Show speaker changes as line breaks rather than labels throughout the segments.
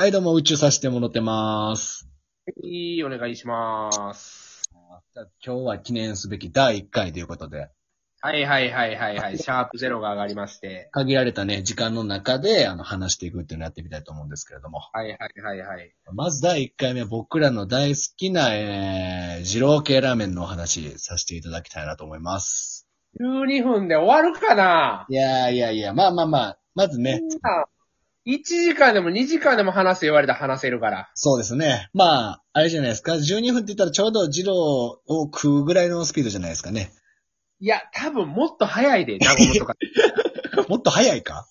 はい、どうも、宇宙させてもろてます。
はい、お願いします。
じゃあ今日は記念すべき第1回ということで、
はいはいはいはい はい。シャープゼロが上がりまして。
限られたね、時間の中で、あの、話していくっていうのをやってみたいと思うんですけれども。
はいはいはいはい。
まず第1回目、僕らの大好きな、えー、二郎系ラーメンのお話させていただきたいなと思います。
12分で終わるかない
やーいやいや、まあまあまあ、まずね、
?1 時間でも2時間でも話せ言われたら話せるから。
そうですね。まあ、あれじゃないですか、12分って言ったらちょうど二郎を食うぐらいのスピードじゃないですかね。
いや、多分もっと早いで、ナゴム とか。
もっと早いか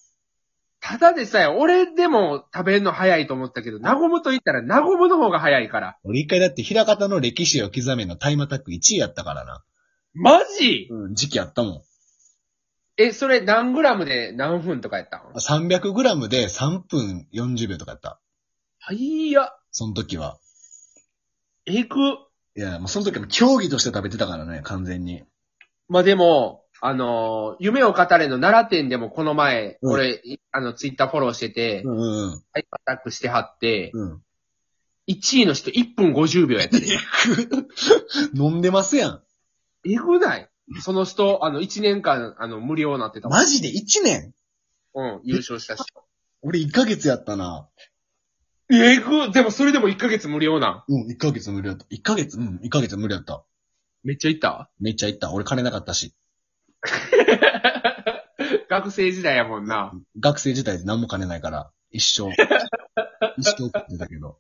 ただでさえ、俺でも食べるの早いと思ったけど、ナゴムと言ったらナゴムの方が早いから。
俺一回だって、平方の歴史を刻めのタイムアタック1位やったからな。
マジ
うん、時期あったもん。
え、それ何グラムで何分とかやったの
300グラムで3分40秒とかやった。
はいや、
その時は。
えぐ。
いや、もうその時は競技として食べてたからね、完全に。
まあ、でも、あのー夢を語れの奈良店でもこの前、
うん
俺、いあの、ツイッターフォローしてて、
うんうん
ハイアタックしてはって、
うん。 うん。
1位の人1分50秒やったで。
飲んでますやん。
えぐないその人、あの、1年間、あの、無料なってたもん。
マジで1年
うん、優勝した人。
俺1ヶ月やったな。
えぐでもそれでも1ヶ月無料なん。
うん、1ヶ月無料やった。1ヶ月うん、1ヶ月無料やった。
めっちゃい た
めっちゃ行った。俺金なかったし。
学生時代やもんな。
学生時代で何も金ないから、一生。一生食ってたけど。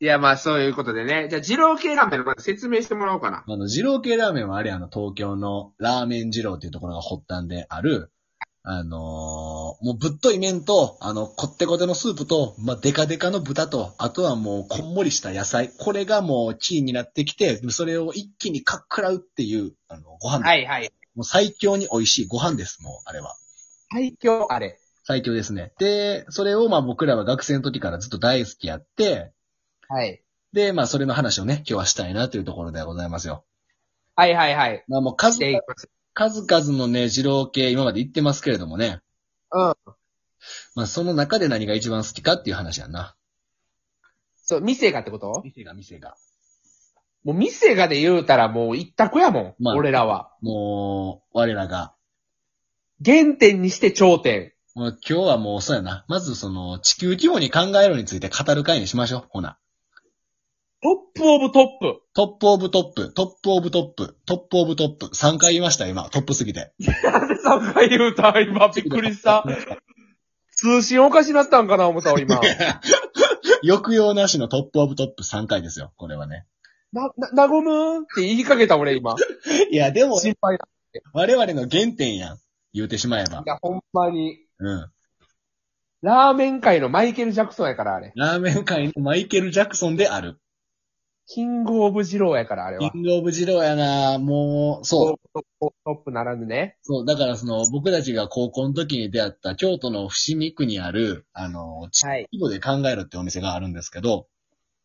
いや、まあ、そういうことでね。じゃあ、二郎系ラーメンのこと説明してもらおうかな。
あの、二郎系ラーメンはあれ、あの、東京のラーメン二郎っていうところが発端である、あのーもうぶっとい麺と、あの、こってこてのスープと、まあ、デカデカの豚と、あとはもう、こんもりした野菜。これがもう、キーになってきて、それを一気にかっくらうっていう、あの、ご飯、
はいはい。
もう最強に美味しいご飯です、もう、あれは。
最強、あれ。
最強ですね。で、それをまあ僕らは学生の時からずっと大好きやって、
はい。
で、まあそれの話をね、今日はしたいなというところでございますよ。
はいはいはい。
まあもう数
していきます。
数々のね、二郎系今まで言ってますけれどもね。
うん。
まあ、その中で何が一番好きかっていう話やな。
そう、店がってこと
店が店が。
もう店がで言うたらもう一択やもん。
まあ
俺らは。
もう、我らが。
原点にして頂点。
もう今日はもうそうやな。まずその、地球規模に考えるについて語る会にしましょう。ほな。
トップオブトップ。
トップオブトップ、トップオブトップ、トップオブトップ。3回言いました、今。トップすぎて。
なんで3回言うた今びっくりした。通信おかしなったんかな思ったわ 今。
抑揚なしのトップオブトップ3回ですよ。これはね。
な、な、なごむーんって言いかけた俺今。
いや、でも、
心配だ。
我々の原点やん。言うてしまえば
い。や、ほんまに。
うん。
ラーメン界のマイケル・ジャクソンやからあれ。
ラーメン界のマイケル・ジャクソンである。
キング・オブ・ジローやからあれ
キ
は。
ングオブジローやなもう、そう。
トップトップならぬね。
そう、だからその、僕たちが高校の時に出会った京都の伏見区にある、あの、地
はい。
規模で考えるってお店があるんですけど、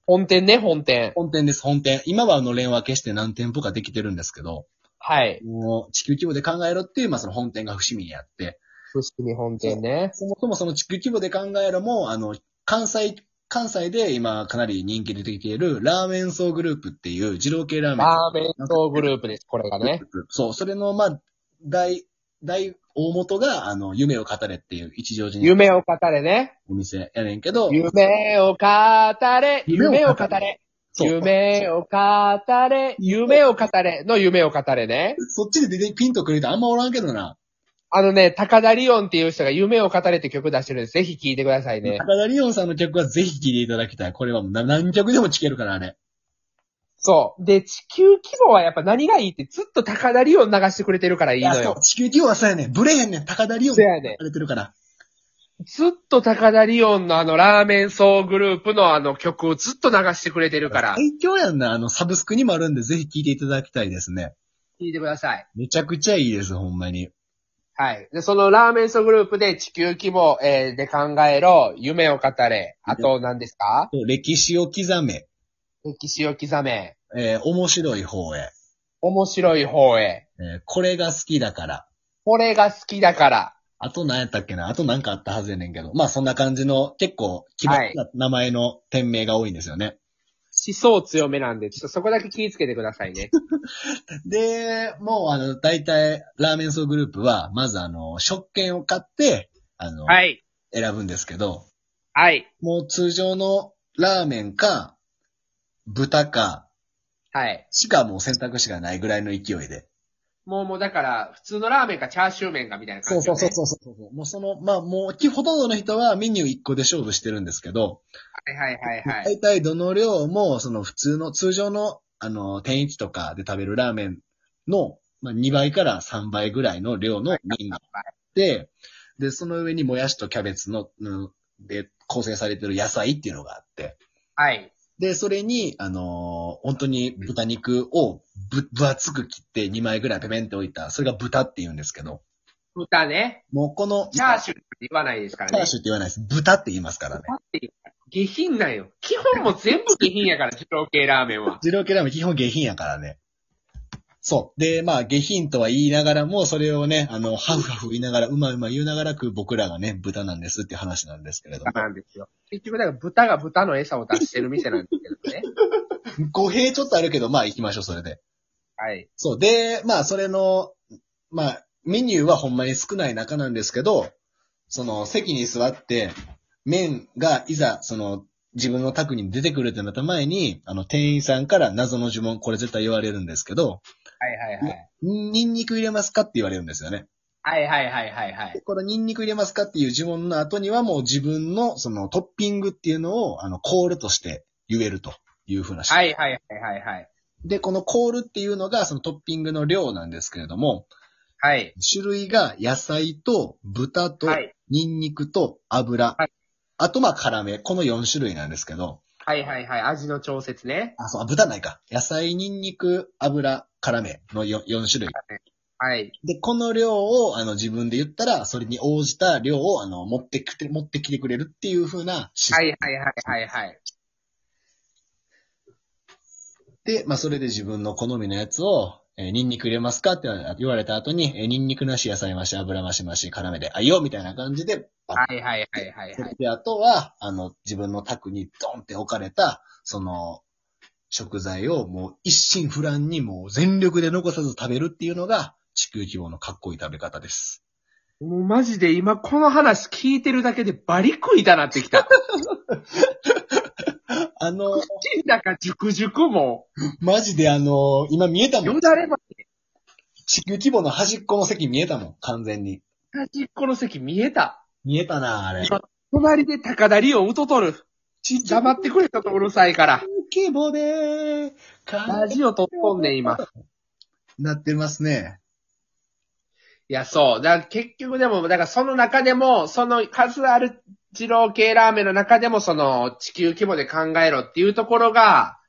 本店ね、本店。
本店です、本店。今はのれん分けして何店舗かできてるんですけど、
はい。
もう地球規模で考えろっていう、まあその本店が伏見にあって、
伏見本店ね。
そもそもその地球規模で考えろも、あの、関西、関西で今かなり人気出てきているラーメン層グループっていう二郎系ラーメン
ラーメン等グループです、これがね。
そう、それの、まあ、大、大、大元が、あの、夢を語れっていう一条寺に
夢を語れね。
お店やねんけど、
夢を語れ。
夢
夢
を
を
語
語れ。
そう
夢を語れ。夢を語れ。の夢を語れね。
そっちで出てピンとくれる人あんまおらんけどな。
あのね、高田リオンっていう人が夢を語れって曲出してるんです。ぜひ聴いてくださいね。
高田リオンさんの曲はぜひ聴いていただきたい。これはもうな何曲でも聴けるから、あれ。
そう。で、地球規模はやっぱ何がいいってずっと高田リオン流してくれてるからい
い
いの
や、そ
よ
う。。地球規模はそうやねん。ブレへんねん。高田リオン
そうやね
されてるから。
ずっと高田リオンのあのラーメン層グループのあの曲をずっと流してくれてるから、聴
最強やんな。あの、サブスクにもあるんで、ぜひ聴いていただきたいですね。
いてください。
めちゃくちゃいいです、ほんまに。
はい。で、そのラーメン層グループで地球規模、えーで考えろ、夢を語れ、あと何ですか
歴史を刻め、
歴史を刻め、
えー面白い方へ、
面白い方へ、
えーこれが好きだから、
これが好きだから、
あと何やったっけなあと何かあったはずやねんけど。まあそんな感じの結構決まった名前の店名が多いんですよね。
思想強めなんで、ちょっとそこだけ気をつけてくださいね。
で、もうあの、大体ラーメンソーグループは、まずあの、食券を買って、あの、
はい。
選ぶんですけど、
はい。
もう通常のラーメンか、豚か、
はい。
しかもう選択肢がないぐらいの勢いで。
もうもうだから、普通のラーメンかチャーシュー麺かみたいな
そ
感
う
じ、ね。
そうそうそうそう。もうその、まあもう、きほとんどの人はメニュー1個で勝負してるんですけど、
う。はいはいはいはい。
大体どの量も、その普通の、通常の、あの、天一とかで食べるラーメンの、まあ、2倍から3倍ぐらいの量の麺があって、で、その上にもやしとキャベツの、うんで、構成されてる野菜っていうのがあって、
はい。
で、それに、あのー本当に豚肉をぶ、分厚く切って2枚ぐらいペペンって置いた、それが豚って言うんですけど、
豚ね。
もうこの、
チャーシューって言わないですから
チャ
ね。
ーシューって言わないです。豚って言いますからね。
だって、下品なんよ。基本も全部下品やから、自動系ラーメンは。
二郎系ラーメン基本下品やからね。そう。で、まあ下品とは言いながらも、それをね、あの、ハフハフ言いながら、うまうま言うながら食う僕らがね、豚なんですっていう話なんですけれども。
豚なんですよ。結局、だから豚が豚の餌を出してる店なんですけどね。
語弊ちょっとあるけど、まあ行きましょう、それで。
はい。
そう。で、まあそれの、まあ、メニューはほんまに少ない中なんですけど、その席に座って、麺がいざ、その、自分の卓に出てくるってなった前に、あの、店員さんから謎の呪文、これ絶対言われるんですけど、
はいはいはい。
ニンニク入れますかって言われるんですよね。
はいはいはいはいはい。
これニンニク入れますかっていう呪文の後にはもう自分のそのトッピングっていうのをあのコールとして言えるというふうな、
はいはいはいはいはい。
で、このコールっていうのがそのトッピングの量なんですけれども、
はい。
種類が野菜と豚と
はい
ニンニクと油、
はい
あとまあ辛め、この4種類なんですけど、
はいはいはい。味の調節ね。
あ、そう、あ豚ないか。野菜、ニンニク、油、辛めの 4, 4種類。
はい。
で、この量を、あの、自分で言ったら、それに応じた量を、あの、持ってきて、持ってきてくれるっていう風なシステム
はいはいはいはいはい。
で、まあ、それで自分の好みのやつを、えーニンニク入れますかって言われた後に、えーニンニクなし、野菜増し、油増し増し、辛めで、あいよみたいな感じで、バッ
はいはいはいはいはい。
で、あとは、あの、自分の卓にドンって置かれた、その、食材をもう一心不乱にもう全力で残さず食べるっていうのが、地球規模のかっこいい食べ方です。
もうマジで今この話聞いてるだけでバリ食いだなってき た。
あの、
口の中熟熟も
マジであの、今見えた
う、
もん
よ。だれまで。
地球規模の端っこの席見えたもん、完全に。
端っこの席見えた。
見えたな、あれ。
隣で高だりをうととる。
ちっ
黙ってくれちょっとうるさいから。
規模で、
ラジオ撮っとんねん、今。
なってますね。
いや、そう。だから結局でも、だからその中でも、その数ある二郎系ラーメンの中でも、その地球規模で考えろっていうところが、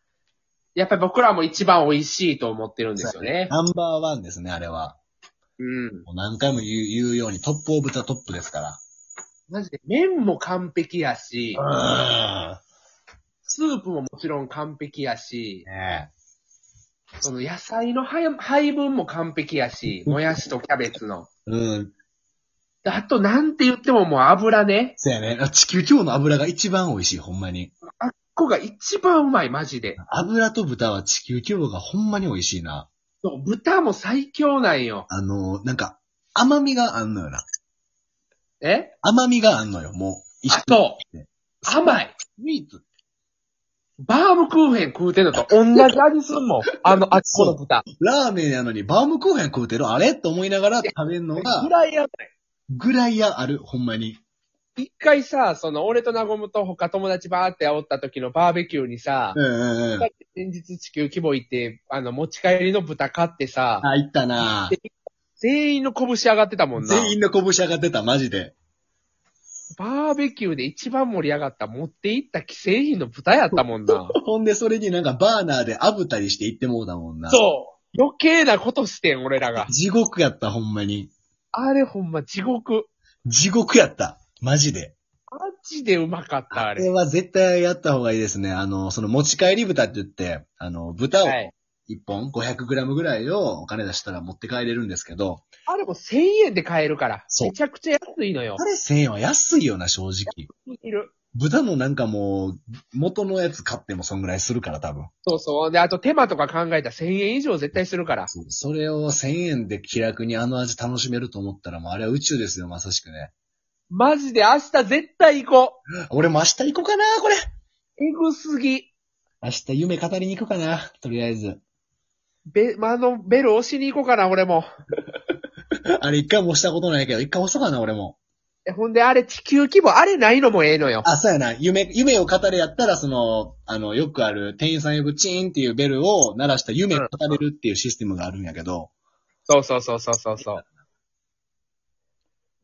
やっぱり僕らも一番美味しいと思ってるんですよね。
ナンバーワンですね、あれは。
うん。
もう何回も言う言うようにトップオブザトップですか
マジで麺も完璧やし、
ら。
スープももちろん完璧やし
うん。、ねえ
その野菜の配配分も完璧やし、もやしとキャベツの。
うん。
であと、なんて言ってももう油ね。
そうやね。地球今日の油が一番美味しい、ほんまに。
ここが一番うまい、マジで。
油と豚は地球規模がほんまに美味しいな。
そう豚も最強なんよ。
あのーなんか、甘みがあんのよな。
え
甘みがあんのよ、もう。
あと、甘い。
スイーツ。
バームクーヘン食うてんのと同じ味すんもん。 あの、あっこの豚。
ラーメンやのにバームクーヘン食うてるあれと思いながら食べるのが
ぐ、らいやば
ぐらいやある、ほんまに。
い。一回さ、その、俺とナゴムと他友達バーって煽った時のバーベキューにさ
う、んうんうん。
先日地球規模行って、あの、持ち帰りの豚買ってさ、
あ、行ったなぁ
全員の拳上がってたもんな。
全員の拳上がってた、マジで。
バーベキューで一番盛り上がった持って行った既製品の豚やったもんな。
ほんで、それになんかバーナーで炙ったりして行ってもうだもんな。う。
そう。余計なことしてん、俺らが。
地獄やった、ほんまに。
あれほんま地獄。
地獄やった。マジで。
マジでうまかった、あ
あ
れ。
れは絶対やった方がいいですね。あの、その持ち帰り豚って言って、あの、豚を
はい。
1本 500g ぐらいをお金出したら持って帰れるんですけど、
あれも1000円で買えるから。
そう
めちゃくちゃ安いのよ
あ。れ1000円は安いよな、正直。
いる。
豚のなんかもう、元のやつ買ってもそんぐらいするから、多分。
そうそう。で、あと手間とか考えたら1000円以上絶対するから。
そうそれを1000円で気楽にあの味楽しめると思ったら、もうあれは宇宙ですよ、まさしくね。
マジで明日絶対行こ
俺も明日行こうかな、これ。
う。えぐすぎ。
明日夢語りに行くかな、とりあえず。
べ、まあの、ベル押しに行こうかな、俺も。
あれ一回も押したことないけど、一回押そうかな、俺も。
えほんで、あれ地球規模、あれないのもええのよ。
あ、そうやな。夢、夢を語れやったら、その、あの、よくある、店員さん呼ぶチーンっていうベルを鳴らした夢を語れるっていうシステムがあるんやけど、
そうそうそうそうそうそ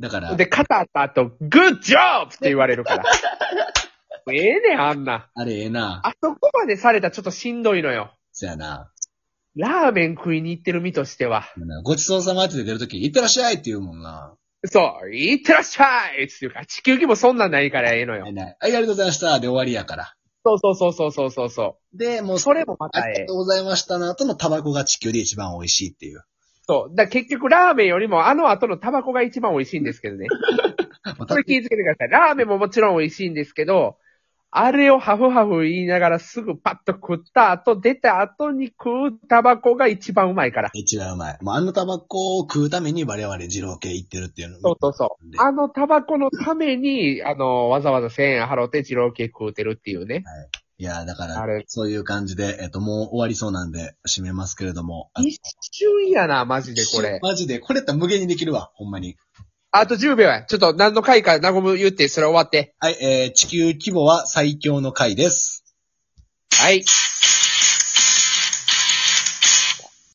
だから
う。、で、肩あった後、グッジョブって言われるから。もうええねん、あんな。
あれええな。
あそこまでされたらちょっとしんどいのよ。
そうやな。
ラーメン食いに行ってる身としては。
ごちそうさまって出るとき、いってらっしゃいって言うもんな。
そう、行ってらっしゃいっていうか、地球規模そんなんないからええのよ
はい、。ない。はい、ありがとうございました。で終わりやから。
そうそうそうそうそうそうそ
で、もう
う。それもま
あ
た
り
ええ
がと。うございましたな、とのタバコが地球で一番美味しいっていう。
そう。だから結局ラーメンよりもあの後のタバコが一番美味しいんですけど ね。
ま
そ
た
れ気をつけてください。ラーメンももちろん美味しいんですけど、あれをハフハフ言いながらすぐパッと食った後、出た後に食うタバコが一番うまいから。
一番うまい。もうあのタバコを食うために我々二郎系行ってるっていうの。
そうそうそう。あのタバコのために、あの、わざわざ1000円払って二郎系食うてるっていうね。
いや、だか
あ
ら、
れ、
そういう感じで、えっと、もう終わりそうなんで、締めますけれども。あ
一瞬やな、マジでこれ。
マジで、これやったら無限にできるわ、ほんまに。
あと10秒や。ちょっと何の回かなごむ言って、それ終わって。
はい、えー、地球規模は最強の回です。
はい。